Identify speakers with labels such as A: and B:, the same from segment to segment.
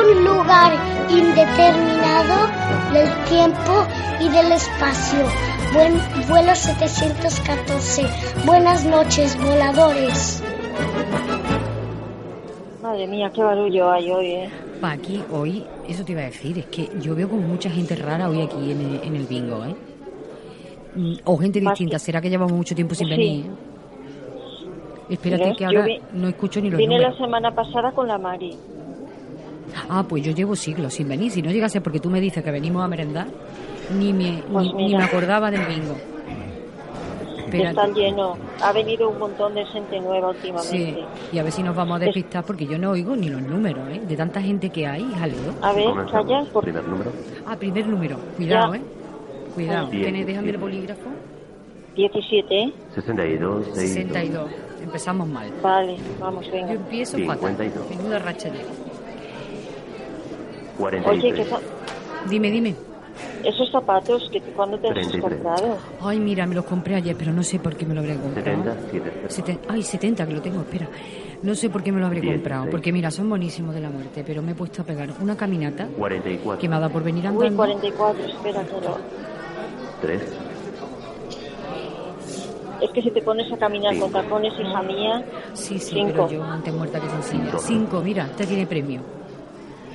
A: lugar indeterminado del tiempo y del espacio. Buen vuelo 714. Buenas noches, voladores.
B: Madre mía, qué barullo hay hoy, ¿eh?
C: Paqui, hoy, eso te iba a decir, es que yo veo como mucha gente rara hoy aquí en el, en el bingo, ¿eh? Mm, O gente
B: Más
C: distinta,
B: que-
C: será que llevamos mucho tiempo sin
B: Sí.
C: venir. Espérate
B: Mira,
C: que
B: yo
C: ahora
B: vi-
C: no escucho ni los
B: Vine la
C: números.
B: semana pasada con la Mari.
C: Ah, pues yo llevo siglos sin venir. Si no llegase porque tú me dices que venimos a merendar, ni me,
B: Pues
C: ni, ni
B: mira.
C: me acordaba del bingo.
B: que Está
C: Espérate.
B: lleno. Ha venido un montón de gente nueva últimamente.
C: Sí, y a ver si nos vamos a despistar porque yo no oigo ni los números, ¿eh? De tanta gente que hay, jaleo.
B: A ver,
D: Comenzamos.
B: calla, por
D: Primer número.
C: Ah, primer número. Cuidado,
B: Ya.
C: ¿eh? Cuidado.
D: Bien,
C: Tened- déjame el
D: bien.
C: bolígrafo.
B: 17, ¿eh?
D: 62, 62.
C: 62. Empezamos mal.
B: Vale, vamos,
C: Yo
B: venga.
C: empiezo fatal.
D: 52.
C: Menuda racha llevo.
B: Oye, que
D: 43.
B: son-
C: Dime, dime.
B: esos zapatos, que tú- ¿cuándo te los has
D: 33.
B: comprado?
C: Ay, mira, me los compré ayer, pero no sé por qué me lo habré comprado.
D: 70, 7.
C: Seten- Ay, 70 que lo tengo, espera. No sé por qué me lo habré
D: Diez,
C: comprado,
D: seis.
C: porque mira, son buenísimos de la muerte, pero me he puesto a pegar una caminata que
D: 44.
C: me ha dado por venir
B: Uy,
C: andando.
B: 44, espera, pero...
D: 3.
B: Es que si te pones a caminar
D: Sí.
B: con tacones, hija mía...
C: Sí, sí,
B: Cinco.
C: pero yo antes muerta que sencilla.
D: Cinco.
C: Cinco, mira, te tiene premio.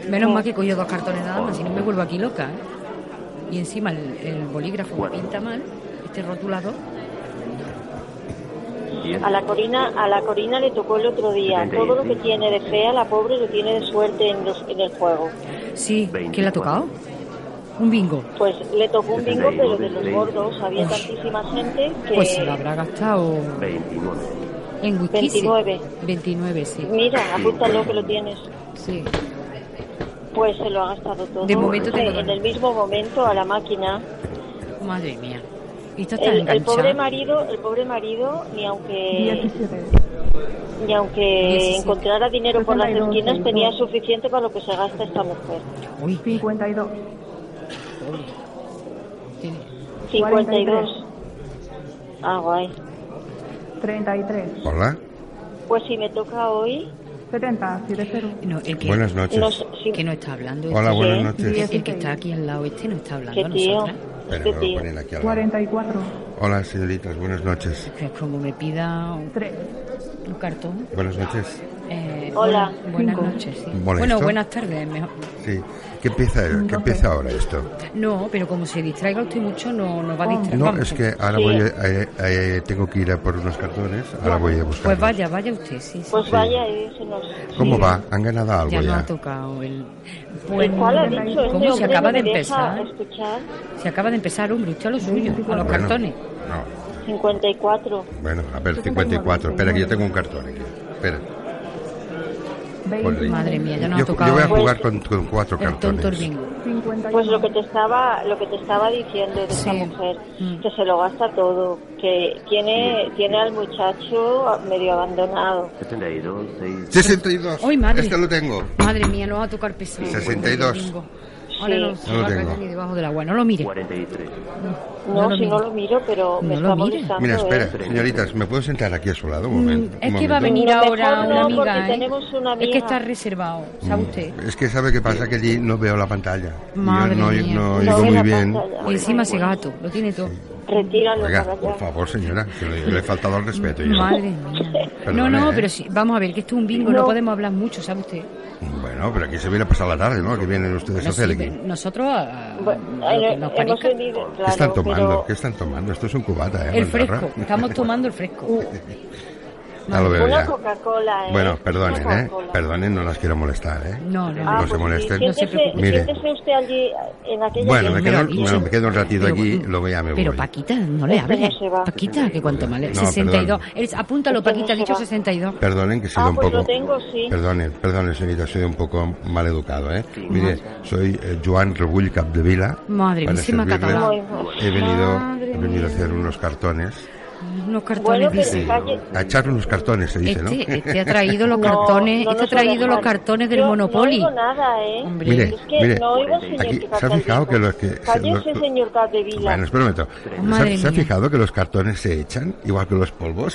C: Menos mal que he cogido dos cartones nada más, si no me vuelvo aquí loca. ¿eh? Y encima el, el bolígrafo me
D: Cuatro.
C: pinta mal, este rotulador.
D: 10.
B: A la Corina, a la Corina le tocó el otro día.
D: 76.
B: Todo lo que tiene de fea, la pobre lo tiene de suerte en, los- en el juego.
C: Sí, ¿qué le ha
D: Veinticuatro.
C: tocado? Un bingo.
B: Pues le tocó un bingo,
D: 72,
B: pero de los
D: 26.
B: gordos. Había
C: Uf.
B: tantísima gente que...
C: Pues se lo habrá gastado
D: 29.
C: en whisky.
B: 29.
C: 29, sí. pues
B: Mira, apúntalo que lo tienes.
C: sí.
B: Pues se lo ha gastado todo.
C: De momento tengo
B: en
C: ganas.
B: el mismo momento a la máquina.
C: Madre mía. Esto está
B: El, el
C: enganchado.
B: pobre marido, el pobre marido, ni aunque
E: 17.
B: ni aunque
C: 17.
B: encontrara
C: Pues
B: dinero por las
E: 62,
B: esquinas
E: 62.
B: tenía suficiente para lo que se gasta esta mujer.
C: Uy,
E: 52.
C: pobre. Tiene-
B: 52. Ah, guay.
E: 33.
F: Hola.
B: Pues si me toca hoy,
E: 70. 70.
C: No, el que,
F: Buenas noches.
B: no sé, si-
C: que no está hablando. este-
F: Hola, buenas
C: El,
F: noches.
C: que está aquí al lado este no está hablando
B: qué
C: a
B: tío,
C: nosotras.
F: Espera,
B: qué
F: me lo
B: tío.
F: ponen aquí al lado.
E: 44.
F: Hola, señoritas. Buenas noches.
C: Que como me pida un
E: 3.
C: un cartón.
F: Buenas noches.
C: eh,
B: Hola.
C: buena- Buenas,
E: Cinco.
C: noches. sí.
F: ¿Molesto?
C: Bueno, buenas tardes. mejor.
F: Sí. ¿Qué empieza, qué empieza ahora esto?
C: No, pero como se distraiga usted mucho, no, no va a distraer.
F: Oh. No,
C: vamos. pues,
F: es que ahora voy a- a- a- tengo que ir a por unos cartones. Ahora voy a buscar.
C: Pues vaya, vaya usted, sí. sí.
B: Pues vaya, y se nos...
F: ¿Cómo
B: sí.
F: va? ¿Han ganado
C: ya
F: algo
C: no
F: ya?
C: ha tocado el.
B: ¿Y cuál ha dicho este
C: ¿Cómo se
B: hombre?
C: acaba
B: ¿No
C: de
B: me deja
C: empezar?
B: escuchar?
C: Se acaba de empezar, hombre, usted a lo suyo, a los
F: Bueno,
C: cartones.
F: No.
B: 54.
F: Bueno, a ver, 54. Espera, que yo tengo un cartón aquí. Espera. Ponle.
C: Madre mía, ya no ha
F: yo,
C: tocado
F: yo voy a
C: el-
F: jugar con, con cuatro
C: el tonto el
F: cartones.
C: bingo.
E: 51.
B: Pues lo que te estaba, lo que te estaba diciendo de esta
C: Sí.
B: mujer,
C: Mm.
B: que se lo gasta todo, que tiene, tiene al muchacho medio abandonado.
D: 72, 6.
F: 62.
C: Ay, madre.
F: Este lo tengo.
C: Madre mía, no va a tocar pesado.
F: 62.
C: El bingo. Ahora no
B: Sí.
C: se
F: No
C: va
F: lo
C: a
F: tengo.
C: caer ni debajo del agua. No lo mire.
D: 43.
B: No,
C: No lo
B: si no
C: miro.
B: lo miro, pero me
C: No lo
B: está
C: mira.
B: molestando.
F: Mira, espera,
B: ¿eh?
F: señoritas, ¿me puedo sentar aquí a su lado? Un momento.
C: Mm, es
F: un
C: que va a
F: momento.
C: venir
B: Mejor
C: ahora
B: no,
C: una
B: porque
C: amiga, ¿eh?
B: tenemos una
C: Es que
B: amiga.
C: está reservado, ¿sabe usted?
F: Mm. Es que sabe qué pasa, que allí no veo la pantalla. Y
C: Madre
F: yo no,
C: mía.
F: no
B: No
F: oigo
B: ve
F: muy
B: la
F: bien.
B: pantalla.
C: Y encima ese gato, lo tiene todo.
B: Retíralo para
F: Oiga,
B: allá.
F: por favor, señora, que le, le he faltado al respeto. yo.
C: Madre mía. No,
F: Perdone,
C: no,
F: ¿eh?
C: pero sí, vamos a ver, que esto es un bingo, no,
B: No.
C: podemos hablar mucho, ¿sabe usted?
F: Bueno, pero aquí se viene a pasar la tarde, ¿no? Que vienen ustedes
C: No,
F: a hacer
C: sí,
F: aquí.
C: pero nosotros, a- a-
B: Bueno,
C: lo que
B: eh, hemos
C: nos parezca.
B: venido,
F: ¿Qué
B: claro,
F: están tomando? ¿Qué
B: pero
F: están tomando? Esto es un cubata, ¿eh?
C: El
F: Mandarra?
C: fresco, estamos tomando el
B: Uh,
C: fresco.
F: Ya lo veo
B: una
F: ya.
B: Coca-Cola, ¿eh?
F: Bueno,
B: Una
F: perdonen, ¿eh?
B: Coca-Cola.
F: Perdonen, no las quiero molestar, ¿eh?
C: No, no,
B: Ah,
F: No se
B: pues sí,
F: molesten.
B: siéntese-
C: No se preocupe.
F: Mire.
B: siéntese usted allí en aquella
F: Bueno,
B: tienda.
F: me quedo, bueno, me quedo un ratito
C: Pero-
F: aquí, luego ya me voy.
C: Pero Paquita, no le
B: Es que no
C: hables.
B: se va.
C: Paquita, que cuanto más le...
F: No,
C: 62.
F: perdón.
C: Eres- apúntalo,
B: Es que no
C: Paquita, ha
B: se
C: dicho
B: va.
C: 62.
F: Perdonen que he sido
B: Ah,
F: un
B: pues
F: poco.
B: lo tengo, sí.
F: Perdonen, perdonen, señorita, soy un poco mal educado, ¿eh? Mire, soy eh, Joan Rebull Capdevila.
C: Madre
F: Para
C: mía, se me ha
F: servirle,
C: acabado.
F: He venido,
C: Madre
F: he venido a hacer unos cartones.
C: Unos
B: Bueno,
C: cartones,
B: pero
C: dice.
B: calle-
F: A echar unos cartones, se dice, ¿no?
C: Este, este ha traído los
B: No,
C: cartones,
B: no
C: este ha
B: nos va a
C: traído
B: dejar.
C: los cartones del
B: Yo
C: Monopoly.
B: No oigo nada, ¿eh?
C: Hombre.
F: Mire,
B: Es que
F: mire,
B: no oigo, señor.
F: aquí,
B: que
F: ¿se ha fijado que los que... se-
B: Cállese,
F: los-
B: señor Capdevila.
F: Bueno, espera un momento. ¿Se ha-
C: Madre
F: ¿Se ha
C: mía.
F: fijado que los cartones se echan igual que los polvos?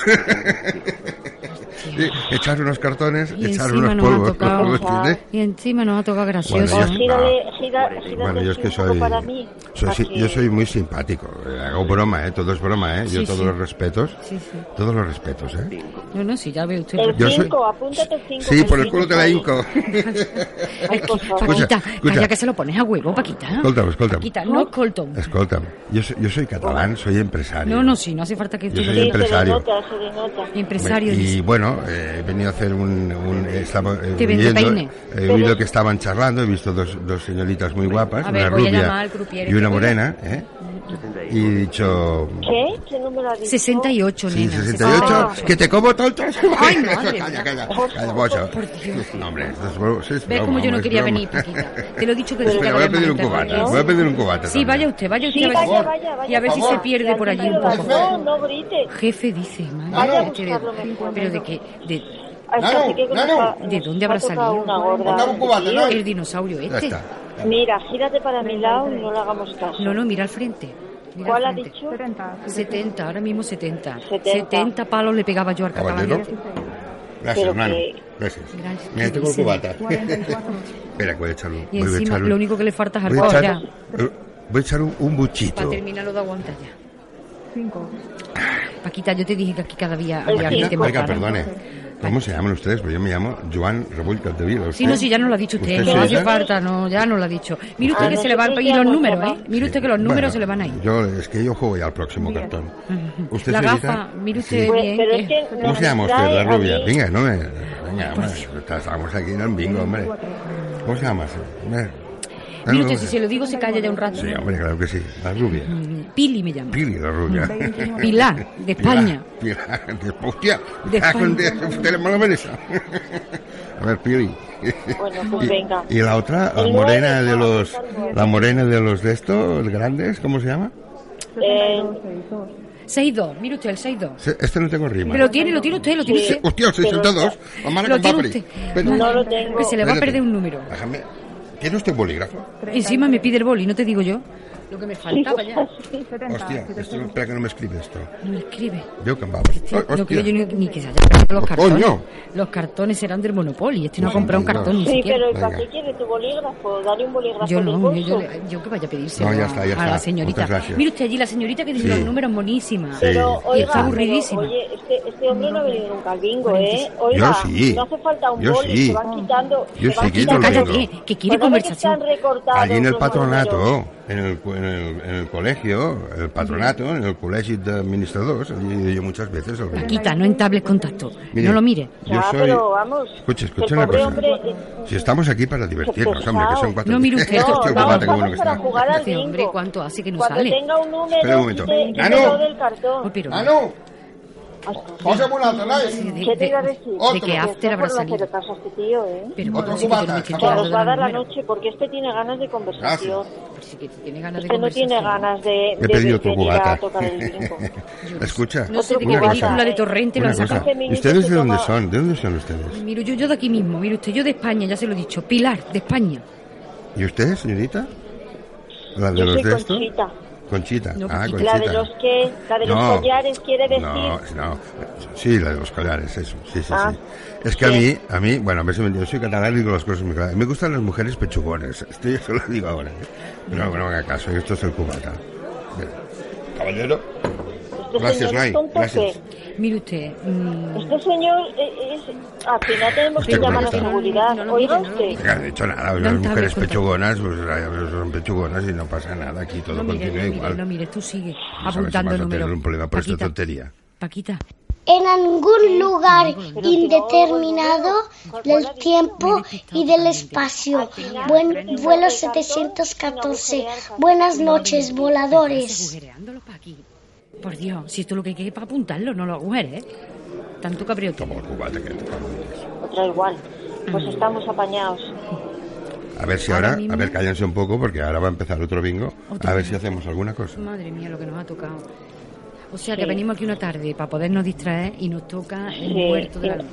F: Sí, echar unos cartones,
C: Y
F: echar
C: encima
F: unos
C: nos ha
F: polvos.
C: tocado.
F: ¿no? ¿Entiendes?
C: Y encima nos ha tocado gracioso.
B: O
F: Bueno, yo-
B: Pues gírale, gira, gírate
F: Bueno, yo es
B: así
F: que
B: un poco
F: soy,
B: para mí,
F: soy
B: para
F: sí,
B: que-
F: yo soy muy simpático. eh, Hago broma, ¿eh? Todo es broma, ¿eh? Yo
C: Sí,
F: todos
C: sí.
F: los respetos,
C: Sí, sí.
F: todos los respetos, ¿eh?
C: No, no, sí, ya veo usted.
B: El
F: Yo soy-
B: cinco, apúntate el cinco.
F: Sí,
B: que
F: por el culo
B: cinco
F: te la
B: es-
F: hinco.
B: Ay, por favor.
F: Escucha,
C: Paquita,
F: escucha.
C: calla que se lo pones a huevo, Paquita.
F: Escolta'm, escolta'm.
C: Paquita, no escolta'm.
F: Escolta'm, yo soy, yo soy catalán, soy empresario.
C: No, no, sí, no hace falta que
F: Yo
C: tú
F: soy
C: lo
B: Sí,
C: digas.
F: empresario.
B: Se denota, se denota.
C: Empresario,
F: y
C: dice.
F: bueno, eh, he venido a hacer un... un estaba, eh,
C: Que vende
F: oyendo-
C: peine.
F: He oído que estaban charlando, he visto dos, dos señoritas muy guapas,
C: A
F: una
C: ver, voy a llamar
F: rubia
C: al croupier,
F: y una
C: que-
F: morena, ¿eh? Y he dicho...
B: ¿Qué? ¿Qué número ha dicho?
C: 68,
F: Sí,
C: nena.
F: 68,
B: Ah.
F: que te como tonto.
C: Oh. Ay, madre mía. Oh,
F: calla, calla,
B: Por
F: calla,
B: favor.
F: bocha.
C: Por Dios.
F: No, hombre, esto es bro- sí, es
C: ¿Ves
F: broma,
C: cómo yo no
F: es
C: quería
F: broma.
C: venir, Paquita? Te lo he dicho que no te
F: Espera,
C: la
F: voy a
C: voy a
F: pedir un
C: mandar
F: cubata,
C: yo.
F: voy a pedir un cubata.
C: Sí,
F: también.
C: vaya usted, vaya usted
B: Sí,
C: a ver si
B: vaya,
F: favor.
B: vaya, vaya.
C: y a ver si
F: Por
C: se
F: favor.
C: pierde por allí un poco.
B: No, no grites.
C: Jefe dice, madre,
B: Vaya a
C: usted de-
B: buscarlo mejor.
C: pero de que de,
B: Ah, es que
F: Nano,
B: sí que nos
F: Nano.
B: ha-
C: ¿De
B: nos
C: dónde habrá
B: ha tocado
C: salido?
B: una gorda.
F: Mandame un cubata, ¿no?
C: el dinosaurio
F: Ya
C: este.
F: está.
B: Mira, gírate para mi lado y no le hagamos caso.
C: No, no, mira al frente. Mira
B: ¿Cuál ha
C: al frente.
B: dicho?
E: 30,
C: 70, ahora mismo 70. 70,
B: 70.
C: palos le pegaba yo al catalán.
F: Caballero. Gracias,
B: Pero
F: hermano.
B: que-
F: Gracias.
C: Gracias.
F: Mira, tengo el cubata.
E: 44.
F: Espera, que voy a echarlo.
C: Y encima, lo único que le falta es
F: voy a
C: alcohol
F: echar,
C: ya.
F: eh, voy a echar un, un
C: Para
F: buchito.
C: terminarlo de aguantar ya.
E: 5.
C: Paquita, yo te dije que aquí cada día
B: El
C: había
B: cinco.
C: gente más
F: Oiga,
C: cara.
F: perdone. ¿Cómo se llaman ustedes? Pues yo me llamo Joan Rebull Capdevila.
C: Sí, no, sí, ya nos lo ha dicho usted.
F: ¿Usted
C: no
F: sí,
C: hace
F: ya?
C: falta, no, ya nos lo ha dicho. Mire usted
B: Ah,
C: que
B: no,
C: se le van a
B: nosotros
C: ir los
B: ya hemos
C: números, ¿eh?
B: llamado.
C: Mire usted que los
F: Bueno,
C: números se le van a ir.
F: Yo, es que yo juego ya al próximo cartón. ¿Usted,
C: La
F: señorita?
C: gafa, mire usted
B: Pues,
C: bien. eh.
B: pero
C: que-
B: es que
F: ¿Cómo
B: nos
F: se llama usted,
B: trae
F: la
B: a
F: rubia?
B: mí-
F: Venga, no me... Venga, hombre,
C: pues.
F: estamos aquí en el bingo, hombre. ¿Cómo se llama? Hombre?
C: Mire usted, si se lo digo, se calla ya un rato.
F: ah,
C: Mm,
F: Sí, hombre, claro que sí. La rubia.
C: Pili me llama.
F: Pili, la rubia.
C: Pilar, de España.
F: Pilar, Pilar, de... Hostia. Ah,
C: De España.
F: Usted le merece. A ver, Pili.
B: Bueno, pues venga.
F: ¿Y la otra? La
B: El
F: morena
B: nueve, no,
F: de los... La morena de los de estos grandes, ¿cómo se llama?
B: Eh,
E: 62.
C: 6-2, mire usted el 6-2.
F: Se- Este no tengo rima.
C: Pero lo tiene, lo tiene usted, lo tiene
B: Sí.
C: usted.
F: Hostia, el 62. La mala
C: Lo
F: con
C: tiene
F: Papri.
C: usted.
F: Venga.
C: Madre,
B: No lo tengo.
C: Que se le va a
F: Espérate.
C: perder un número.
F: Déjame. ¿Tiene usted bolígrafo?
C: Encima me pide el boli, no te digo yo. Lo que me faltaba ya.
E: 70.
F: Hostia, esto, espera que no me escribe esto.
C: No me escribe.
F: Yo que vamos. Ay,
C: No
F: Ah, hostia.
C: creo yo ni, ni que se haya comprado los
F: Coño.
C: cartones. Los cartones serán del Monopoly. Este no ha
F: Sí,
C: comprado un
F: no.
C: cartón ni
B: sí,
C: siquiera.
B: pero ¿y ¿para
F: Venga.
B: qué quiere tu bolígrafo? Dale un bolígrafo
C: Yo
B: de
C: no, yo,
B: bolso.
C: yo, yo que vaya a pedírselo
F: No, ya
C: a-
F: está, ya
C: a la
F: está.
C: señorita.
F: Muchas gracias.
C: Mire usted allí, la señorita que dice
F: Sí.
C: los números monísima.
F: Sí.
B: Pero,
F: Y
B: oiga,
F: está
C: aburridísimo.
B: pero, oye, este, este hombre no ha venido nunca al bingo, ¿eh? Oiga,
F: Yo sí.
B: no hace falta un
F: Yo
B: boli,
F: sí.
B: se van quitando...
F: Yo
B: se van
F: sí que
B: quitando-
F: no vengo.
C: Cállate, que quiere
B: Pues no ve que
C: conversación.
B: están recortados
F: Allí en el
B: los números.
F: patronato, en el, cu- en el, en el colegio, el patronato, en el colegio de administradores, allí he ido yo muchas veces. al bingo.
C: Quita, no entables contacto.
F: Mire,
C: No lo mire.
F: Yo
B: Ya,
F: soy...
B: pero vamos,
F: Escuche, escuche
B: el
F: una
B: pobre
F: cosa.
B: hombre, eh,
F: Si estamos aquí para divertirnos, hombre, que son cuatro...
C: No, mire usted,
F: Hostia,
C: no,
F: qué
C: vamos,
F: guapata, qué bueno que
B: vamos para
F: está.
B: jugar al
C: Este
B: bingo.
C: hombre, ¿cuánto hace que no
B: Cuando
C: sale?
B: tenga un
F: Espera
B: número,
F: un momento. Ah,
B: quite- quite
F: ¡Nano!
B: todo el
C: Oh,
B: cartón.
C: pero
F: ¡Nano! ¡Cosa buena, Atalay!
C: de,
B: Ah, ¿Qué te iba a
C: de-
B: decir?
C: de
F: Otro.
C: que after habrá
B: por lo que le
C: salido.
B: pasa a este tío, ¿eh?
C: Pero
F: Otro
C: bueno, sí que
F: cubata,
C: tenemos que
F: por
B: Que
C: quitarlo
F: favor.
B: nos
C: de
B: va a dar
C: los
B: la
C: números.
B: noche, porque este tiene ganas de conversación.
C: Pero sí que tiene ganas de
B: Este no tiene
C: conversación.
B: ganas de,
F: He
B: de
F: pedido
B: venir
F: otro
B: a
F: cubata.
B: tocar el bingo.
F: Escucha,
C: No sé de qué
F: una cosa.
C: película de Torrente lo
F: Una
C: han
F: cosa.
C: sacado.
F: ¿Y ustedes de dónde son? ¿De dónde son ustedes?
C: Miro yo, yo de aquí mismo, mire usted, yo de España, ya se lo he dicho. Pilar, de España.
F: ¿Y usted, señorita? ¿La de
B: Yo
F: los
B: soy
F: de estos?
B: Conchita.
F: Conchita.
C: No,
F: ah,
C: Conchita.
B: La
F: Conchita.
B: de los que, la de los collares quiere decir.
F: No, no. Sí, la de los collares, eso. Sí, sí,
B: Ah,
F: sí. Es que a
B: sí.
F: mí, a mí, bueno, a ver si me yo soy catalán y digo las cosas muy claras. Me gustan las mujeres pechugones. Esto yo se lo digo ahora. ¿eh? Pero bueno, haga caso, ¿eh? esto es el cubata. Bien. Caballero.
B: Este
F: Gracias,
B: señor
F: Nay.
B: es tonto,
F: Gracias.
B: ¿qué?
C: Mire usted, mm,
B: Este señor eh, es... Al final tenemos
F: Usted
B: que llamar a
F: contesta.
B: seguridad.
C: No lo
B: Oiga
C: mire, no lo
B: usted.
F: Venga, de hecho nada,
C: No
F: las
C: entablen
F: mujeres
C: contacto.
F: pechugonas pues, eh, son pechugonas y no pasa nada, aquí todo
C: no mire,
F: continúa
C: no mire,
F: igual.
C: no mire, tú sigue
F: sabes si
C: apuntando
F: vas a
C: números.
F: tener un problema por esta tontería.
C: Paquita,
A: en algún lugar indeterminado del tiempo y del espacio. Buen vuelo 714. Buenas noches, voladores.
C: agujereándolo para aquí. Por Dios, si esto lo que hay que es para apuntarlo, no lo agujeres. ¿eh? Tanto cabreo todo.
F: Toma el cubata que te cago en Dios.
B: Otra igual.
C: Mm.
B: Pues estamos apañados.
F: A ver si
C: Ahora
F: ahora,
C: mismo-
F: a ver, cállense un poco porque ahora va a empezar otro bingo.
C: Otro
F: a ver
C: bingo.
F: si hacemos alguna cosa.
C: Madre mía, lo que nos ha tocado. O sea, que
B: Sí.
C: venimos aquí una tarde para podernos distraer y nos toca el
B: Sí,
C: muerto de
B: y-
C: la noche.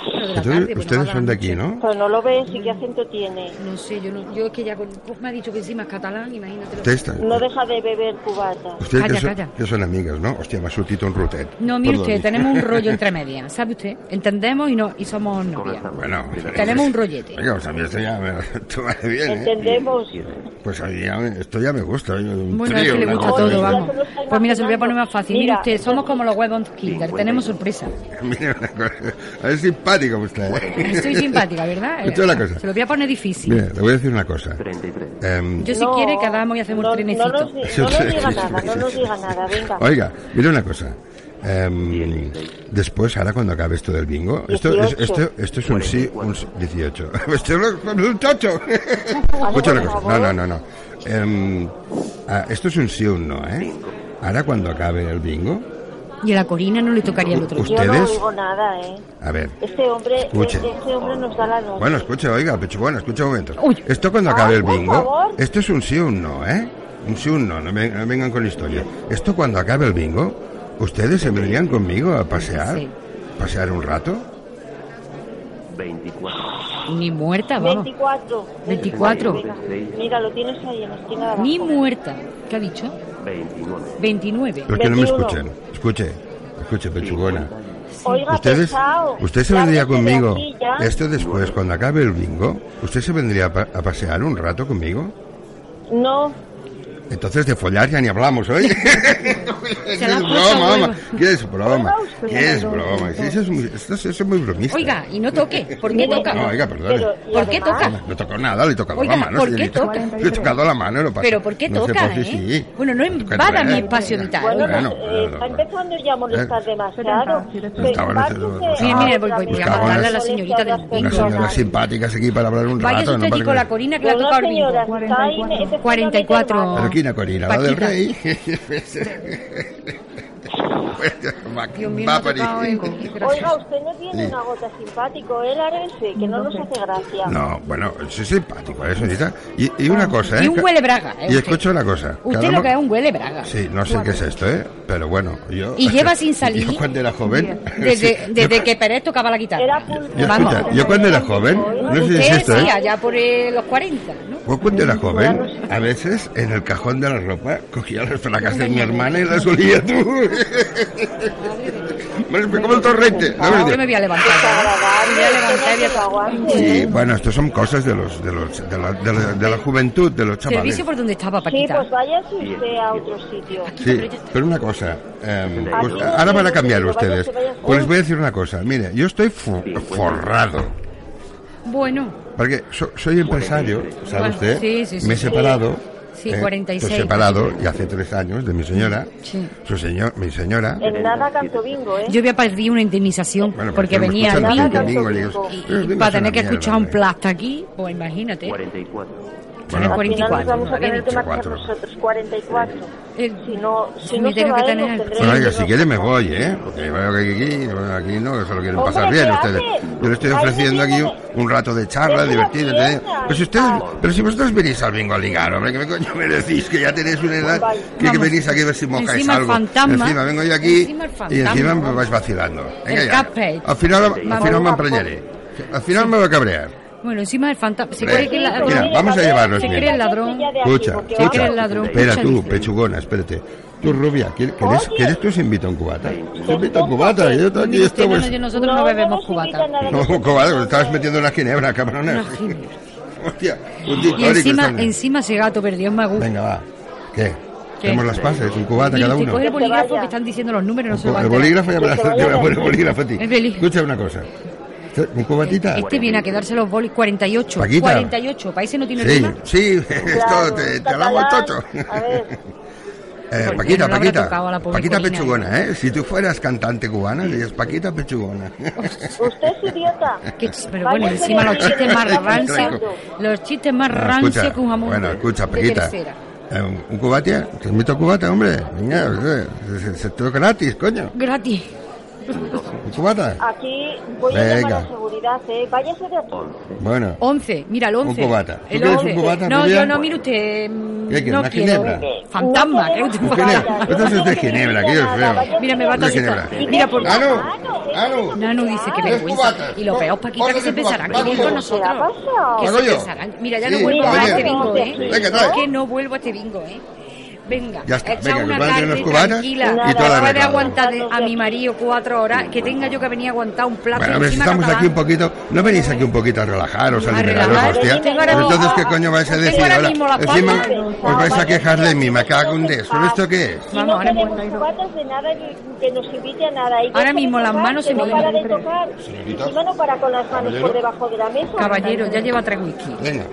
C: 4 de la
F: Entonces,
C: tarde. pues
F: ustedes
C: nada.
F: son de aquí, ¿no?
B: Pero no lo ves y qué acento tiene.
C: No sé, yo, no, yo es que ya con- pues me ha dicho que encima es catalán, imagínate. lo que-
F: Ustedes, están-
B: No deja de beber cubata.
F: ustedes que,
C: Calla,
F: son,
C: calla.
F: que son amigas, ¿no? Hostia, me ha surtido un rutet.
C: No, mire
F: Perdón.
C: usted, tenemos un rollo entre medias, ¿sabe usted? Entendemos y, no, y somos novias.
D: Comenzamos.
F: Bueno,
C: Tenemos un rollete.
F: Venga, pues a mí esto ya me, tú vale bien, ¿eh?
B: ¿Entendemos?
F: Pues a mí ya me- esto ya me gusta. oye, un
C: Bueno, es
F: trío,
C: que le
F: una
C: gusta
F: cosa
C: todo,
F: así.
C: vamos.
B: Ya se lo está
C: Pues mira, se lo voy a poner más fácil. Mire
B: Mira,
C: usted, somos como los huevos Kinder,
D: 50.
C: tenemos
F: pues,
C: sorpresa.
F: Mira una cosa. Es simpático usted. ¿eh?
C: Estoy simpática, ¿verdad?
F: Escucha una cosa.
C: Se lo voy a poner difícil.
F: Mira, le voy a decir una cosa.
D: 33.
F: Em,
C: Yo si
B: No,
C: quiere quedamos y hacemos
B: no,
C: un trenecito.
B: No nos, di- no nos diga nada, no nos diga nada, venga.
F: Oiga, mira una cosa. Em, después, ahora cuando acabe esto del bingo, esto, es,
B: 18.
F: esto, esto es un sí, un sí- 18. Esto es un muchacho. Escucha una cosa. No, no, no. no. Em, ah, esto es un sí o un no, ¿eh? Ahora cuando acabe el bingo,
C: Y a la Corina no le tocaría el otro.
F: Usted-
C: día.
B: Yo no
F: ¿Ustedes?
B: oigo nada, ¿eh?
F: a ver.
B: Este hombre,
F: Escuchen.
B: este hombre nos da la noche.
F: Bueno, escucha, oiga, bueno, escucha un momento.
C: Uy.
F: Esto cuando
B: Ay,
F: acabe el
B: por
F: bingo,
B: favor.
F: esto es un sí o un no, ¿eh? Un sí o un no, no, ven- no vengan con historia. Esto cuando acabe el bingo, ¿ustedes se vendrían conmigo a pasear?
C: Sí.
F: ¿Pasear un rato?
D: 24.
C: Ni muerta, vamos.
B: 24.
C: 24.
B: Venga, Mira, lo tienes ahí en la esquina de abajo.
C: Ni muerta. ¿Qué ha dicho?
D: 29.
C: 29.
F: Los que no me
B: 21.
F: escuchen. Escuche, escuche, pechugona.
B: Oiga,
F: ¿Ustedes,
B: pesado.
F: usted se
B: Ya
F: vendría
B: vete de
F: conmigo?
B: aquí, ya.
F: Esto después, cuando acabe el bingo, ¿usted se vendría a, pa- a pasear un rato conmigo?
B: No,
F: Entonces de follar ya ni hablamos, ¿oye? ¿Qué
C: Se la
F: es
C: puso
F: broma,
C: huevo.
F: ama? ¿Qué es broma? ¿Qué es broma? Sí, Eso es muy, esto es- eso es muy bromista.
C: Oiga, y no toque. ¿Por qué toca?
F: No, oiga, perdone.
B: pero... y
C: ¿Por qué
B: además-
C: toca?
F: No he tocado nada, le he tocado
C: Oiga,
F: la mano.
C: ¿por
F: sí,
C: qué
F: le he tocado-
E: toca?
F: Le he tocado la mano, no pasa.
C: Pero ¿por qué
F: No sé
C: toca,
F: por qué
C: eh?
F: sí.
C: Bueno, no
F: Toca
C: invada
F: todo,
C: mi
F: ¿eh?
C: espacio vital.
B: Bueno,
C: Oiga,
B: no, eh, está empezando ya a molestar
F: Eh,
B: demasiado.
E: Sí, está, sí,
F: está.
B: Pero "Ah,
F: Está bueno,
B: pártese
F: sí, sí.
B: ahora
F: Mira,
C: voy- voy- voy
F: a
B: mismo.
F: mandarle a la
B: Molesta
C: señorita del
B: otras
F: Unas
C: Venga,
B: personas.
F: señoras simpáticas aquí para hablar un
C: Vaya
F: rato.
C: usted
F: no
C: aquí
F: pasa
C: con la
F: nada.
C: Corina que le ha
B: Pero no,
C: tocado el bingo.
B: señora, si está ahí, este
E: 44.
B: señor
C: 44.
B: es de
F: Aquí una Corina, la del
C: Paquita.
F: rey. Va-
C: Dios mío, me
F: va a
C: ha
F: parir.
C: tocado algo. Qué
B: mala. Oiga,
C: gracioso.
B: usted no tiene una gota simpático, ¿eh, Larense? Que no nos hace gracia.
F: No, bueno, soy simpático, ¿eh, señorita? Y, y una cosa, ¿eh?
C: Y un huele braga. ¿eh,
F: Y
C: usted?
F: escucha una cosa.
C: Usted
F: cada
C: lo
F: mo-
C: que es un huele braga.
F: Sí, no sé qué es esto, ¿eh? Pero bueno, yo...
C: Y lleva sin salir-
F: Yo cuando era joven...
C: Desde, desde que Pérez tocaba la
B: Era
C: guitarra.
F: Yo,
B: pulpo.
C: Vamos.
F: escucha, yo cuando era joven, no sé si es
C: Usted
F: esto,
C: sí,
F: ¿eh?
C: allá por eh, los 40, ¿no?
F: Yo cuando era joven, a veces en el cajón de la ropa cogía las placas de mi hermana y las olía tú. Me- Me como el torrente. ¿no?
C: Ahora me voy a levantar. ¿eh? Me voy a levantar y voy a-
F: Y bueno, esto son cosas de los de los de la, de la, de la juventud, de los chavales.
C: Servicio por donde estaba,
B: Sí,
C: Paquita.
B: pues váyase usted a otro sitio.
F: Sí, pero una cosa, eh,
D: Aquí
F: pues,
D: no
F: ahora van a
B: tiene
F: cambiar
B: sentido, vaya,
F: ustedes.
B: que vaya-
F: Pues les voy a decir una cosa, mire, yo estoy fu-
D: Sí, bueno.
F: forrado,
C: Bueno,
F: porque so- soy empresario, ¿sabe
C: ¿eh? Bueno,
F: usted?
C: sí, sí, sí.
F: Me he separado.
C: Sí,
F: eh,
C: 46,
F: Estoy separado y hace tres años de mi señora,
C: Sí. Eh,
F: su señor, mi señora.
B: En nada canto bingo, ¿eh?
C: yo voy a pedir una indemnización
F: Bueno,
C: porque
F: no me
C: venía al
F: escuchan
B: nada,
F: tanto
C: bingo
B: bingo.
F: digo, "Eh,
C: y, y
F: "Los bingos
C: para
F: son
C: tener
F: una
C: que
F: mierda,
C: escuchar un
F: hombre".
C: plasta aquí, pues imagínate.
D: 44.
F: Bueno,
B: Al final nos
C: 44,
B: vamos a
C: había
B: tener que
F: dicho
B: marchar
F: cuatro.
B: nosotros, 44.
C: Eh,
B: Si no, si
C: me
B: no se
C: tengo
B: va
C: que
B: él,
C: tener-
B: nos tendremos
F: Bueno, oiga,
B: que
F: si quiere me voy, ¿eh? Porque veo que aquí, bueno, aquí no se lo quieren
B: Hombre,
F: pasar bien
B: ¿qué
F: ustedes.
B: hace?
F: Yo le estoy
B: Ahí
F: ofreciendo aquí
B: tiene-
F: un, un rato de charla
B: Deje la
F: divertido. ¿eh?
B: pierna,
F: Pero si ustedes,
B: hija.
F: pero si vosotros venís al bingo a ligar, hombre, ¿qué coño me decís? Que ya tenéis una edad,
B: Vale.
F: que, que
C: Vamos.
F: venís aquí a ver si mojáis
C: Encima el
F: algo.
C: fantasma.
F: encima vengo yo aquí
C: Encima el
F: y
C: fantasma.
F: encima me vais vacilando. Venga
C: El
F: ya.
C: cupcake.
F: Al final, al
C: Vamos.
F: final me empreñaré. Al final me va a cabrear.
C: Bueno, encima del fantasma. Se
F: Hombre,
C: cree que la-
F: mira,
C: la-
F: vamos a llevarnos
C: Se
F: bien.
C: cree el ladrón.
F: Escucha,
B: porque
C: Sí,
F: escucha.
C: eres ladrón,
F: Espera
C: escucha,
F: tú,
C: dice.
F: pechugona, espérate. Tú, rubia, ¿quieres, quieres,
B: Oye.
F: quieres que os invite a un cubata? Te invito a un
B: Oye.
F: cubata, yo estoy aquí
C: Mire usted,
F: esto
C: no,
F: pues...
C: no, yo- nosotros no bebemos cubata.
F: No, cubata, me estabas metiendo una ginebra, cabrones.
C: Una ginebra.
F: Hostia, un tic
C: Y
F: tónico
C: encima,
F: están-
C: encima ese gato perdió me gusta.
F: Venga, va. ¿Qué?
C: ¿Qué?
F: Tenemos las pases, un cubata
C: Y
F: cada
C: te
F: uno.
C: coge el
F: El
C: bolígrafo
B: vaya.
C: que están diciendo los números, no se lo va a enterar.
F: bolígrafo
B: Que
F: ya me
B: te
F: la
B: vaya
F: me la pone el
B: bien.
F: bolígrafo a ti.
C: El bolígrafo.
F: Escucha una cosa. ¿Un cubatita?
C: Este viene a quedarse los bolis 48.
F: Paquita.
C: 48. Países no tiene
F: Sí,
C: luna.
F: sí, esto te, te alabo el tocho.
B: A ver,
F: Eh,
C: Porque
F: Paquita,
C: no le habrá tocado a
F: Paquita,
C: la pobre
F: Paquita
C: Corina.
F: Pechugona, ¿eh? Si tú fueras cantante cubana, dirías Paquita Pechugona.
B: usted es idiota.
C: Que ch- pero bueno,
B: Vaya,
C: encima los
B: señora,
C: chistes más
F: Claro.
C: rancios. Los chistes más
F: Bueno,
C: rancios Ah, que un jamón.
F: bueno, escucha,
C: de
F: Paquita.
C: tercera.
F: Eh, ¿Un un cubatia? Te invito a cubata, hombre. Venga, eh, se, se, se- todo gratis, coño.
C: Gratis.
F: ¿Un
C: Ah.
F: cubata?
B: Aquí voy a llamar
F: Venga.
B: a seguridad, ¿eh? Váyase de aquí.
F: Bueno.
C: 11, mira, el 11.
F: Un cubata. ¿Tú
C: El
F: quieres un
C: 11.
F: cubata,
C: No,
F: Nuria?
C: yo no, mire usted. mm,
F: ¿Qué quieres,
C: no
F: una
C: quiero.
F: ginebra?
C: Fantasma,
B: No
C: ¿qué
B: queremos
C: usted
F: Un
B: nada,
F: ginebra. Esto es
B: no
F: de
B: queremos
F: ginebra,
B: nada,
F: que yo es feo.
B: váyase
C: Mira, me va a
F: Una
C: atascar.
F: ginebra.
C: Mira, por
F: ¡Nanu!
B: ¿eh?
F: ¡Nanu!
C: Nanu dice que
F: Tres
C: vergüenza.
F: cubatas.
C: Y lo peor,
F: Va-
C: Paquita, que se
F: orden de
C: pensarán que
F: cubatas.
C: voy con
F: Vamos.
C: nosotros.
B: ¿Qué
C: Que
F: ha
C: se
F: pasado?
C: pensarán. Mira, ya no
F: Sí,
C: vuelvo a
F: vaya.
C: este bingo, ¿eh?
F: Venga, trae.
C: Que no vuelvo a este bingo, ¿eh? Venga,
F: Ya está,
C: echa
F: venga, que
C: una
F: van a tener
C: tarde
F: los cubatas
C: tranquila.
F: y
B: toda la
C: Después de
F: recámara.
C: aguantar de- a mi marido cuatro horas, que tenga yo que venir a aguantar un plato
F: Bueno, a ver, si
C: encima
F: estamos
C: catalán.
F: aquí un poquito, ¿no venís aquí un poquito a relajaros, a
C: A
F: liberaros,
C: relajar.
F: hostia?
C: Tengo ahora mismo-
F: Entonces, ¿qué coño vais a
C: Tengo
F: decir
C: ahora
F: ahora?
C: mismo las
F: Encima
C: palmas.
F: os vais a quejar de mí, me cago en Dios. ¿Pero esto qué es?
B: Y
C: Vamos,
B: no
C: ahora
B: queremos
C: mismo.
B: cubatas de nada ni que nos invite a nada. Y que
C: Ahora
B: esto de
C: mismo las
B: tocar,
C: manos se
B: que no
C: me
B: para de
E: vienen.
B: tocar.
F: Señorita.
B: Encima no para con las manos
F: Caballero.
B: por debajo de la mesa.
C: Caballero, ya lleva tres whisky.
F: Venga,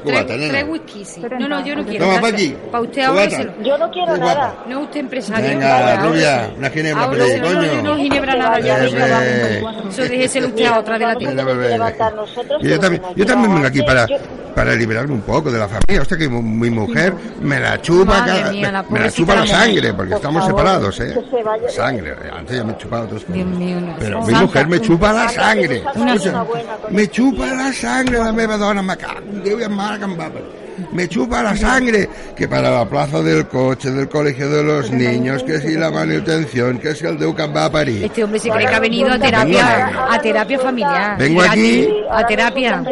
C: Tres,
F: cubata,
C: tres
F: nena.
C: whisky, sí. No, no, yo no quiero.
F: Toma,
C: gracias.
F: Paqui.
C: Pa' usted ahora
F: Cubata.
C: se lo-
B: Yo no quiero
F: Qué
B: nada.
F: guapa.
C: No, usted empresario.
F: Venga,
C: Ahora-
F: rubia, una ginebra,
C: Ahora
F: pero
C: se- no, no, yo no
F: coño.
C: ginebra nada, ya
F: Eh,
C: digo,
F: ve.
C: vamos. Eso déjeselo usted a otra de la
F: Venga,
C: tienda.
F: ve, ve, ve.
B: levantar nosotros,
F: Y yo
B: pero
F: también,
B: que nos
F: yo también vengo aquí
B: lleva
F: para,
B: antes,
F: para liberarme un poco de la familia. Hostia, que mu- mi mujer me la chupa,
C: Madre mía,
F: cada-
C: la
F: me- me la
C: pobrecita
F: chupa la
C: mujer.
F: sangre, porque estamos
B: favor,
F: separados, ¿eh?
B: que se vaya.
F: Sangre, antes ya me he chupado otros
C: Dios mío, no.
F: Pero mi
C: Santa,
F: mujer me chupa la sangre.
B: Una
F: Escucha,
B: santa buena con
F: me
B: este
F: chupa la sangre la meva dona, me cago en Déu i en mare que em va, però. Me chupa la sangre, que para la plaza del coche, del colegio de los niños, que si la manutención, que si el Déu que em va a parir.
C: Este hombre se cree que ha venido a
F: Vengo.
C: terapia, a terapia familiar.
F: Vengo
C: Gratis,
F: aquí.
C: A terapia.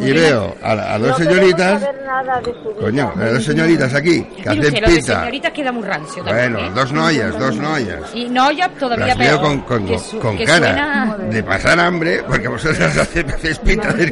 F: Y veo a, la- a dos
B: No
F: señoritas,
B: saber nada de su vida.
F: coño, ¿eh? a dos señoritas aquí, que
C: Mire
F: hacen
C: usted, lo de
F: pita.
C: señoritas queda muy rancio también,
F: Bueno,
C: ¿eh?
F: dos noias, dos noias.
C: Y no, ya todavía
F: Las
C: peor,
F: veo con, con,
C: que su-
F: con
C: que
F: cara
C: suena-
F: de pasar hambre, porque vosotras hace- hacéis pinta de,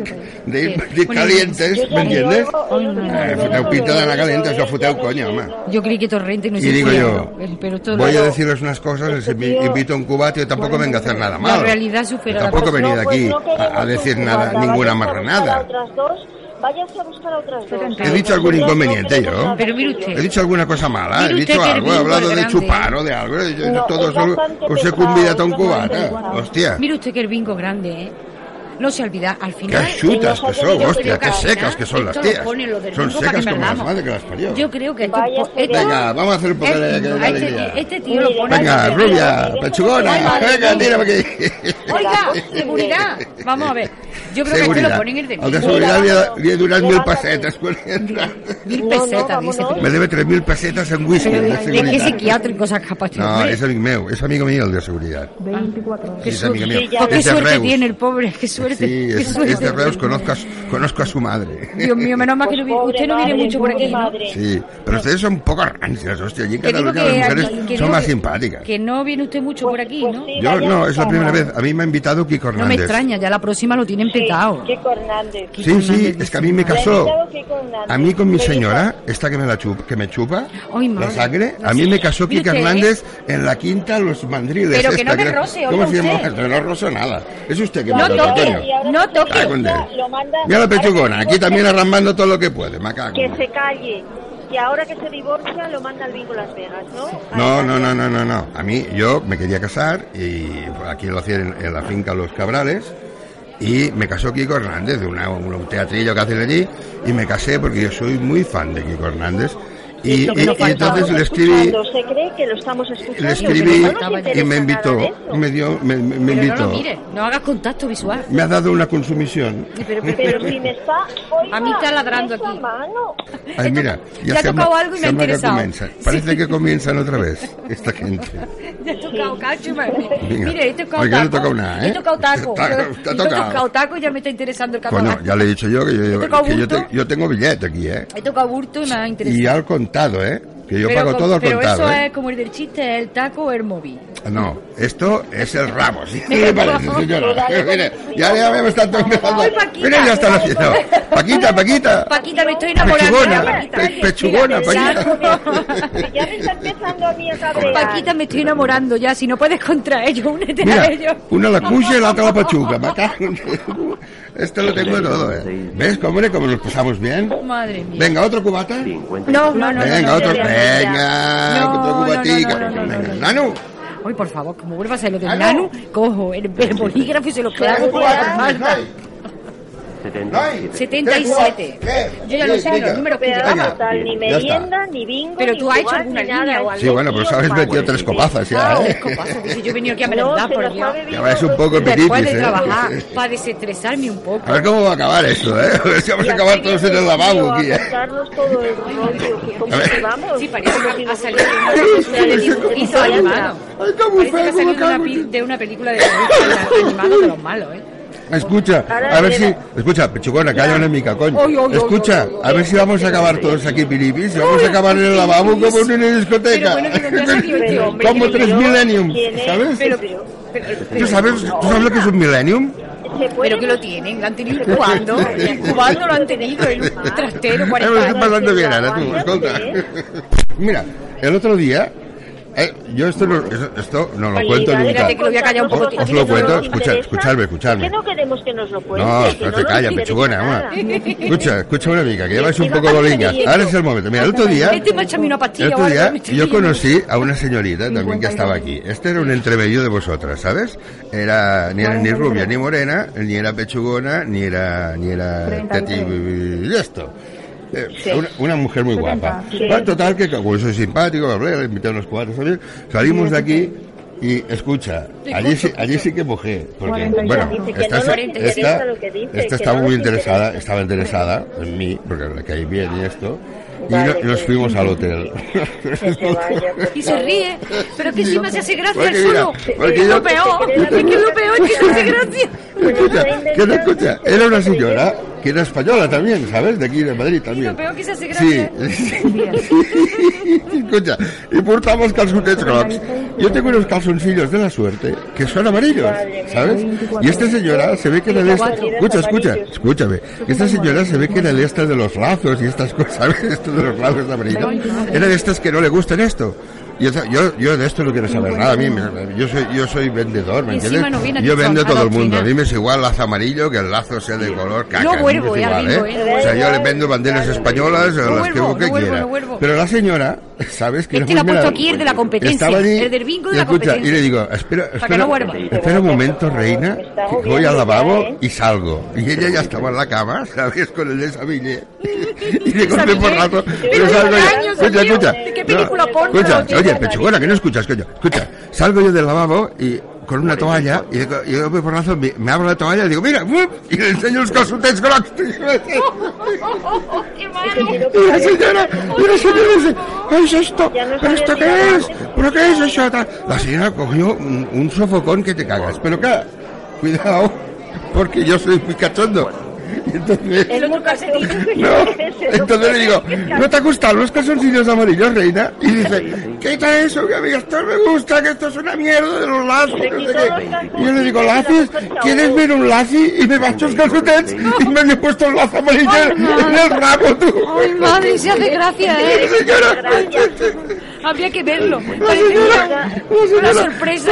F: de ir
C: Sí.
B: Yo
F: calientes,
B: ya
F: ¿me entiendes?
B: llevo- yo no tengo
F: Eh,
B: nada
F: foteu
B: de
F: pinta de la
B: eso,
F: calienta,
B: ¿eh?
F: yo foteu
B: Ya
F: coño,
B: no
F: home.
B: sé,
C: Yo creí que Torrente no
F: Y
C: se
F: digo
C: fue,
F: yo,
C: Pero esto
F: voy a
C: lo-
F: deciros unas cosas, les invi-
B: Este tío-
F: invito a un cubato y tampoco vengo a hacer nada
C: La
F: malo.
C: realidad supera la
F: tampoco he
C: ficción.
F: venido
B: no, pues
F: aquí
B: no queremos
F: a, a decir
B: su
F: nada,
B: banda,
F: ninguna
B: váyanse a
F: marranada.
B: buscar a otras dos, Váyanse a buscar a otras dos.
E: He
B: Eh,
F: dicho algún
B: nosotros no
F: inconveniente,
B: queremos
F: yo.
B: nada
C: Pero mire
B: suyo.
C: usted,
F: He dicho alguna cosa mala, he
C: Mire usted
F: dicho
C: que el
F: algo, he
C: bingo es
F: hablado de
C: grande.
F: chupar o de algo, eh, yo-
B: No,
F: todo
B: es
F: solo
B: bastante
F: os he
B: pesado,
F: convidado a un
B: es bastante
F: cubata.
B: pesado.
F: Hostia,
C: Mire usted que el bingo es grande, ¿eh? No se olvida, al final...
F: qué chutas que son,
C: Yo
F: hostia,
C: creo que
F: qué
C: al final
F: secas que son las
C: esto lo
F: tías.
C: ponen los del
F: Son
C: bingo para
F: secas
C: que
F: como las
C: perdamos.
F: madres que las parió.
C: Yo creo que esto...
B: Vaya
C: esto-
B: señora.
F: Venga, vamos a hacer un poco
C: el
F: de, de-
C: bingo,
F: de
C: a este-
F: alegría.
C: este, tío lo pone...
F: Venga,
C: ahí.
F: rubia, pechugona,
C: Ay, madre
F: venga,
C: mía.
F: tira para aquí.
C: Oiga, seguridad. Vamos a ver. Yo creo que esto lo
F: Seguridad.
C: ponen el del
F: El de
C: bingo.
F: seguridad le ha- le he durado mil
B: Levántate.
F: pesetas. por entrar.
C: Mil
B: No, no,
C: pesetas, dice.
B: vámonos.
F: Me debe tres mil pesetas en whisky. el de
C: Es que
F: seguridad.
C: psiquiátrico se ha escapado. este
F: No,
C: hombre.
F: es amigo mío, es amigo mío el de seguridad.
E: 24.
C: Qué
F: Sí, es
C: su-
F: amigo mío.
C: Pues qué
F: Es de
C: suerte
F: Reus.
C: tiene el pobre, qué suerte.
F: Sí,
C: qué
F: es,
C: suerte.
F: es de Reus, conozco a, su- conozco a su madre.
C: Dios mío, menos mal que
B: Pues
C: no vi-
B: pobre
C: usted no viene
B: madre,
C: mucho por
B: pobre
C: aquí. ¿no?
B: madre.
F: Sí, pero ustedes son un poco rancias, hostia. Allí en
C: Que digo
F: Cataluña
C: que,
F: las mujeres
C: que
F: son
C: no-
F: más simpáticas.
C: Que no viene usted mucho por aquí,
B: Pues
C: ¿no?
B: sí,
F: Yo
B: vaya
F: no, es la
B: buscando.
F: primera vez. A mí me ha invitado Kiko
C: No me
F: Hernández.
C: extraña, ya la próxima lo tienen
B: Sí,
C: petado.
B: Kiko Hernández.
F: Sí, sí,
C: Hernández
F: es que a mí
B: Le
F: me
B: ha
F: casó.
B: invitado Kiko Hernández.
F: A mí con mi
B: Le dijo,
F: señora, esta que me la chupa, que me chupa,
C: Ay, madre.
F: la sangre, a
C: Sí.
F: mí me casó
C: Mire
F: Kike
C: usted, ¿eh?
F: Hernández en la quinta Los Mandriles.
C: Pero que
F: esta
C: no me roce,
F: ¿Cómo
C: oiga
F: se llama?
C: usted.
F: Yo No rozo nada. Es usted que
C: No
F: me roza,
C: toque,
F: Antonio.
B: y ahora
C: no
B: resulta que
C: toque.
F: Cago en Dios.
B: lo manda-
F: Mira la pechugona,
B: ahora
F: aquí
B: resulta
F: también arrambando todo lo que puede, me cago.
B: Que se calle. Que ahora que se divorcia lo manda al bingo Las Vegas, ¿no?
F: No, no, no, no, no, no. A mí, yo me quería casar y aquí lo hacía en, en la finca Los Cabrales y me casó Kiko Hernández, de una- un, un teatrillo que hacen allí y me casé porque yo soy muy fan de Kiko Hernández y,
B: Lo
F: y-
B: que nos
F: y entonces
B: estamos
F: le escribí,
B: escuchando, Se cree que lo estamos escuchando.
F: le
B: pero
F: escribí
B: no nos
F: y me
B: interesa
F: invitó,
B: nada de eso.
F: me dio, me, me- me
C: Pero no
F: invitó,
C: lo mire, no haga contacto visual.
F: me ha dado una consumición.
C: Pero, pero,
B: Pero si me está... oiga,
C: A mí está ladrando
B: esa
C: aquí.
B: mano.
F: Ay, mira, ya
C: Le ha
F: se
C: tocado
F: ama-
C: algo y me
F: se
C: ha
F: ama que
C: interesado.
F: comienza. Parece
C: Sí.
F: que comienzan otra vez esta gente.
C: Ya he tocado cacho, madre.
F: Venga.
C: Mire, he tocado
F: Oiga, no
C: taco.
F: he tocado nada, ¿eh?
C: He tocado taco.
F: Te ha- te ha
C: Yo- yo he
F: tocado.
C: tocado taco y ya me está interesando el catalán.
F: Bueno, ya le he dicho yo que yo,
C: ¿Te toca
F: que yo,
C: bulto?
F: te- yo tengo billete aquí, ¿eh?
C: He tocado burto y me ha interesado.
F: Y al contado, ¿eh? Que yo
C: pero
F: pago
C: con-
F: todo al
C: pero
F: contado.
C: eso
F: ¿eh?
C: es como el del chiste, el taco o el móvil.
F: No, esto es el rabo, ¿sí? ¿Qué le parece, señora? Eh, Mire, ya, ya me están empezando.
C: Ay, Paquita.
F: Mira, ya están haciendo. Paquita, Paquita.
C: Paquita, me estoy enamorando.
F: Pechugona,
C: Mira,
F: pe-
C: Paquita.
F: pechugona,
C: Mira,
F: Paquita.
B: Ya me está empezando a mí a cabrear.
C: Paquita, me estoy enamorando ya. Si no puedes contra ellos, únete a
F: Mira,
C: ellos.
F: una la cucha y la otra la pachuca. me cago en Dios. Esto lo tengo todo, ¿eh? ¿Ves, hombre, cómo nos pasamos bien?
C: Madre mía.
F: Venga, otro cubata.
D: 50
C: No, no, no.
F: Venga,
C: no,
F: otro.
C: no, no, no.
F: Venga,
C: No,
F: otro
C: no, no,
F: cubatica.
C: no, no, no,
F: Venga,
C: no.
F: Nanu.
C: Ay, por favor, como vuelva a ser lo del
F: Ah, no.
C: nano, cojo el, el bolígrafo y se lo clavo.
F: Otro
C: por la
F: cubata,
C: espalda.
F: Nai. Ay,
C: 77.
D: 77.
F: ¿Qué?
C: Yo ya lo sé,
F: Explica.
C: los números que
B: Pero
F: Venga,
B: vamos, tal, ni
D: ya
B: merienda, ni bingo,
C: Pero
B: ni
C: tú has hecho
B: jugar,
C: alguna
B: ni nada.
C: línea o
B: igual
F: Sí,
B: de
F: bueno, pero
B: tío,
F: sabes
B: padre.
F: metido tres copazas ya,
C: Claro,
F: ¿eh?
C: ¿qué pasa? Que si yo he venido aquí a
B: No,
C: merendar,
B: se
C: por
B: nos
C: Dios.
B: ha bebido
F: Ya vais un
B: dos
F: poco
B: veces.
F: petitis,
C: Después de
F: ¿eh?
C: trabajar, para desestresarme un poco.
F: A ver cómo va a acabar esto, ¿eh? A ver si vamos a acabar todos en el lavabo aquí, ¿eh?
B: Contarnos todo el rollo, que cómo
F: A ver.
B: que vamos.
C: Sí, parece que ha salido
F: Ay,
C: de
F: cómo
C: un dibujito
F: está,
C: animado.
F: ay,
C: Parece
F: cómo
C: que
F: está,
C: ha salido de una,
F: cómo está,
C: pi-
F: cómo-
C: de una película de dibujos animados de los malos, ¿eh?
F: Escucha,
B: Ahora
F: a ver si...
B: llega.
F: Escucha, Pichucona, calla una mica, coño.
C: Oy, oy, oy,
F: Escucha,
C: oy, oy,
F: a ver si vamos a acabar todos aquí piripis, si vamos a acabar en el lavabo como en una discoteca.
C: Pero bueno, ¿de dónde ha salido este hombre?
F: Como
C: Pero
F: tres
B: yo,
F: millennium,
B: ¿quién es?
F: ¿sabes?
C: Pero, pero,
F: ¿Tú
C: pero,
F: sabes, ¿Tú sabes lo que es un millennium?
B: Se puede
C: pero que lo tienen, lo han tenido incubando. Incubando lo han tenido, el trastero,
F: Eh, me lo
C: 40
F: estoy
C: años. ¿eh?
F: pasando bien, ahora tú, escolta. Mira, el otro día, eh, yo esto no, eso- esto no lo cuento
B: Calidad de
F: nunca.
C: Espérate que lo voy a callar
B: contarnos
C: un poco.
F: Os
B: cosas
F: lo
B: que no
F: cuento,
B: nos
F: escucha,
B: interesa,
F: escuchadme, escuchadme.
B: que no queremos que nos lo cuentes.
F: No,
B: que
F: no te
B: nos
F: callas,
B: interesa
F: pechugona,
B: nada.
F: home. Escucha, escucha una mica, que lleváis un poco bolingas. Ahora es el momento. Mira, el otro día,
C: Este me ha echado a mí una pastilla.
F: el otro
C: o algo, ¿eh?
F: día
C: me estoy
F: yo
C: riendo.
F: conocí a una señorita también que estaba aquí. Este era un entrevello de vosotras, ¿sabes? Era, ni era ni rubia ni morena, ni era pechugona, ni era, ni era teti, y esto. Eh, Una, una mujer muy guapa. Va, total, que como soy simpático, bla, bla, le invité a unos cuadros también. Salimos de aquí y escucha, allí sí, allí sí que mojé. Porque, bueno,
B: Dice que
F: esta,
B: no nos
F: esta,
B: interesa lo que dice,
F: esta
B: que
F: estaba
B: no
F: muy
B: nos
F: interesada,
B: interesa.
F: estaba interesada en mí, porque le caí bien y esto. Y
B: Vale,
F: no- nos
B: que-
F: fuimos al hotel.
B: Que se vaya, por
C: Y se
B: favor.
C: ríe, pero que encima se hace gracia al
F: Porque mira,
C: solo.
F: porque
C: Es
F: yo-
C: lo peor, es que es lo peor es que se hace gracia.
F: escucha, que no escucha, era una señora que era española también, ¿sabes? De aquí, de Madrid también.
C: lo peor que se hace
F: Sí.
C: gracia.
F: escucha, y portamos calzones crocs. Yo tengo unos calzoncillos de la suerte que son amarillos, ¿sabes? Y esta señora se ve que era de esta... Escucha, escucha, escúchame. Esta señora se ve que era de estas de los lazos y estas cosas, ¿sabes? Esto de los lazos de amarillo. Era de estas que no le gustan esto. Y eso- yo, yo de esto no quiero saber nada. A mí, me- yo soy, yo soy vendedor, ¿me
C: Y encima
F: entiendes?
C: nos viene a
F: Yo
C: decir,
F: vendo todo el mundo.
C: adoctrinar.
F: A mí me es igual lazo amarillo que el lazo sea de color caca.
C: No
F: a mí me
C: vuelvo,
F: es
C: eh, al
F: igual,
C: bingo, eh, no
F: O sea, yo le vendo banderas españolas
C: No
F: o las que
C: vuelvo,
F: busque
C: no vuelvo,
F: quiera.
C: no vuelvo.
F: Pero la señora, ¿sabes? Que
C: Es
F: no
C: que la ha
F: fue
C: puesto
F: nada.
C: aquí, es de la competencia,
F: Estaba allí,
C: es del bingo de
F: y
C: la
F: escucha,
C: competencia.
F: Y le digo, espera, espera,
C: que no vuelva.
F: espera un momento, reina,
B: Me está
F: que voy
B: agobiando
F: al lavabo
B: ya, ¿eh?
F: y salgo. Y ella ya estaba en la cama, ¿sabes? Con el desabille. y le conté
C: Desabille.
F: por rato, pero
C: Llevo
F: salgo yo.
C: años,
F: Escucha,
C: tío,
F: escucha.
C: ¿de qué
F: No,
C: película porno
F: Escucha,
C: lo tienes?
F: oye, pechugona, que no escuchas, coño. Escucha, salgo yo del lavabo y con una toalla y digo- y yo me porrazo, me, me abro la toalla y digo, mira, ¡buf! y le enseño los calzones crocs. Y la señora, y la señora dice, ¿qué es esto?
B: Ya no
F: ¿Pero
B: sabía
F: esto
B: ni
F: qué
B: hablar.
F: es? ¿Pero qué es eso? Tal. La señora cogió un, un sofocón que te cagas. Pero claro, cuidado, porque yo soy muy cachondo. Y entonces,
B: El otro calcetín.
F: no, entonces le digo, ¿no te gustan los calzoncillos amarillos, reina? Y dice, quita eso, que a mí esto no me gusta, que esto es una mierda de los lazos. que no sé qué. Y yo le digo, ¿lazos? ¿Quieres ver un lazi? Y me bacho los calzones y me han puesto un lazo amarillo en el rabo, tú.
C: Ay, madre, se hace gracia, eh.
F: Señora,
C: Habría que verlo. Parece una, una sorpresa.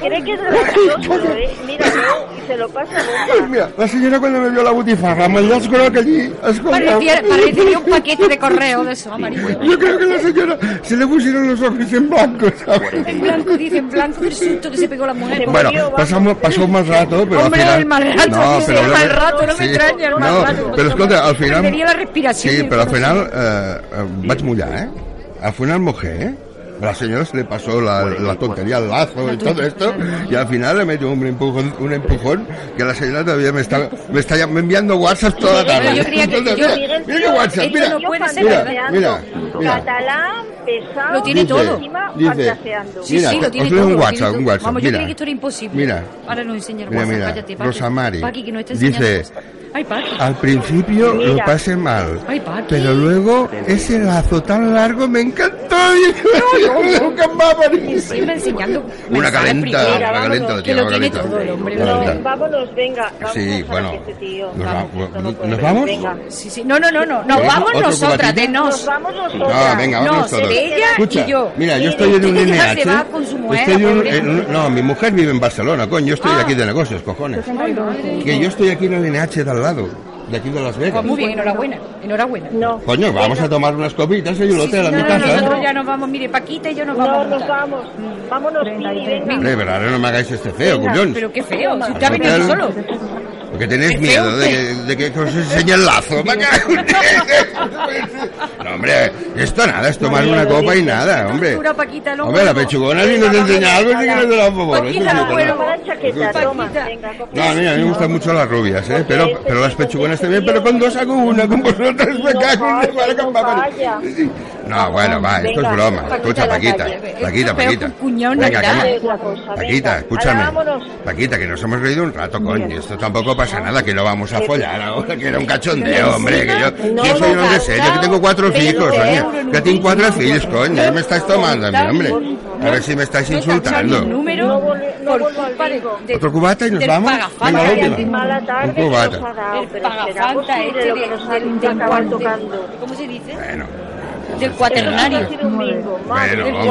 B: Cree que es gracioso, ¿eh? Mira, no, se lo pasa bomba.
F: mira, la señora cuando me vio la butifarra, me dio creo que allí.
C: Parecía, parecía un paquete de correo de eso, amarillo.
F: Yo creo que la señora se le pusieron los ojos en blanco, ¿sabes?
C: En blanco, dice, en blanco, del susto que se pegó la mujer.
F: Bueno, pasamos, pasó un mal rato, pero
C: Hombre,
F: al final...
C: el mal rato, sí, el mal rato, no me extraña, el mal
F: no,
C: rato.
F: Però escolta, al final...
C: Perderia la respiració.
F: Sí, però al final eh, eh, vaig mullar, eh? Al final mojé, eh? A la señora se le pasó la, la tontería al lazo y todo esto, y al final le metió un empujón, un empujón que la señora todavía me está, me está ya- me enviando WhatsApp toda la tarde.
C: Yo creía que-
F: Entonces,
C: yo-
F: mira, mira qué WhatsApp,
C: esto
F: mira,
C: no puede ser
F: mira,
C: verdad.
F: mira, mira.
B: Catalán, pesado.
C: Lo tiene
B: y
C: todo.
B: Encima,
F: dice,
B: fantaseando.
C: Sí,
F: Mira,
C: sí, lo tiene
F: os
C: todo.
F: leo un
C: lo tiene
F: WhatsApp,
C: todo.
F: un WhatsApp,
C: Vamos, yo
F: mira.
C: creía que esto era imposible.
F: Mira.
C: Ahora nos enseña el
F: Mira,
C: WhatsApp.
F: mira,
C: Cállate, Paqui.
F: Rosa Mari
C: Paqui, que no está
F: dice-
C: enseñando WhatsApp. Ay, Paqui.
F: Al principio
B: Mira.
F: lo pasé mal,
C: Ay, Paqui.
F: pero luego ese lazo tan largo me encantó. Y nunca más apareció.
C: Siempre enseñando
F: Una
C: mensajes
F: calenta,
C: primero.
F: una calenta, la
C: Que
F: tía,
C: lo
F: una
C: tiene
F: calenta.
C: todo el hombre.
F: Una
C: lo
F: calenta.
C: tiene.
B: No, vámonos, venga. Vamos
F: Sí,
B: a
F: bueno,
B: Este tío.
F: nos va-
B: Vamos, esto no
F: ¿nos
B: puede ser.
F: vamos?
B: Venga.
C: Sí, sí. No, no, no, no. Nos
F: ¿Otro
C: vamos
F: cubatito?
C: nosotras, de
B: Nos
C: nos.
B: vamos nosotras.
F: No, venga,
C: No,
F: vamos todos.
C: seré ella
F: Escucha,
C: y yo. Eh,
F: Mira, yo
C: Y
F: estoy en un
C: ella se
F: NH.
C: va con su mujer, Ah.
F: estoy en
C: la
F: un-
C: pobre.
F: en un- no, mi mujer vive en Barcelona, coño. Yo estoy aquí de negocios,
C: Pues
F: cojones. Que yo estoy aquí en el NH de al lado, de aquí de Las Vegas.
C: Pues muy bien, enhorabuena. Enhorabuena.
B: No.
F: Coño, vamos a tomar unas copitas y un hotel a
C: no,
F: mi
C: no,
F: casa. ¿eh?
C: nosotros ya nos vamos. Mire, Paquita y yo nos
B: No,
C: vamos.
B: nos vamos. Vámonos, Pili, venga.
F: Hombre, pero ahora no me hagáis este feo,
B: Venga,
F: cullón.
C: Pero qué feo. Si usted ha venido aquí
F: Hotel.
C: solo.
F: Porque tenés miedo de que, de que os enseñe el lazo. Me cago en Dios. No, hombre, esto nada, es tomar una copa y nada, hombre.
C: Pura Paquita, lo
F: Hombre, la
C: vuelvo.
F: pechugona si no te enseña algo, sí que no te lo favor.
C: Paquita, lo vuelvo.
B: Para la chaqueta,
C: Paquita.
B: toma. Venga, coge.
F: No, a mí, a mí me gustan mucho las rubias, ¿eh? Pero, pero las pechugonas también, pero con dos hago una, con vosotras me cago en Dios, vale, con papá. No, bueno, va, esto es broma. Escucha, Paquita, Paquita, Paquita. Venga,
B: Dale
F: cama.
B: otra cosa, venga.
F: Paquita, escúchame.
B: Ahora vámonos.
F: Paquita, que nos hemos reído un rato, coño. Esto tampoco pasa nada, que no vamos a
B: Eh,
F: follar ahora, que era un cachondeo, hombre. Que yo, yo soy un hombre serio, que tengo cuatro hijos, coño. Que tengo cuatro hijos, coño. ¿eh? Me estáis tomando a mí, hombre. A ver si me estáis
C: No tachar mi
F: insultando.
C: número
B: No vol- no
C: por
B: vuelvo al
C: culpa de-
B: bingo.
C: de-
F: ¿Otro cubata y nos
C: del
F: vamos?
C: pagafanta
F: Venga,
C: y
F: última.
B: Qué mala tarde que
F: Un cubata.
B: nos ha
C: El
B: dado, Ah, pero será
C: pagafanta
B: posible
C: este
B: lo
C: de-
B: que nos
C: del-
B: han
C: del
B: acabado
C: cuarte-
B: tocando.
C: ¿Cómo se dice?
F: Bueno.
C: Del
B: Ha
C: cuaternario.
B: sido un bingo, madre.
F: Bueno,
C: del
F: hombre, no te tomes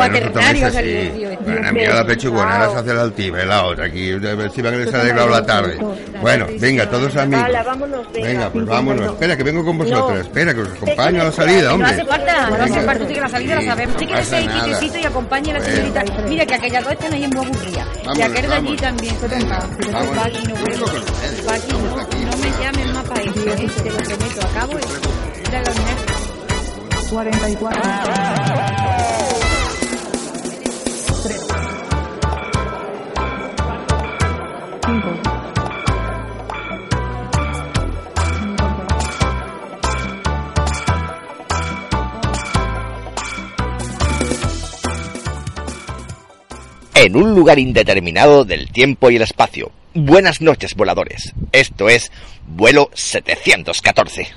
C: cuaternario salió,
F: así.
C: tío, este.
F: Bueno, a mí a la pechugona las hace la altiva, la otra aquí. Encima que les ha arreglado la tarde. Bueno, venga, todos amigos.
B: Hala, vámonos, venga.
F: Venga, pues vámonos. Espera, que vengo con vosotras.
B: No.
F: Espera, que os
B: Te
F: acompaño a la
B: tienes que
F: salida,
B: ir.
C: No
F: hombre.
C: hace falta, no hace
F: Venga.
C: falta. Usted que la salida la
F: Sí,
C: sabemos. Usted
F: no
C: quédese
F: pasa
C: ahí
F: nada.
C: quietecito y acompañe a la
F: Bueno.
C: señorita. Mira que aquella dos no es muy aburrida. Y
F: Vámonos,
C: aquel de allí
F: vámonos.
C: también.
F: Vámonos.
C: Paqui, no vuelvo.
F: Vengo con ustedes.
C: Paqui, no,
F: Estamos aquí.
C: no me llamen más para esto. ¿eh? Te lo prometo. Acabo de ir a la universidad.
E: 44. 3. 5.
G: en un lugar indeterminado del tiempo y el espacio. Buenas noches, voladores. Esto es vuelo 714.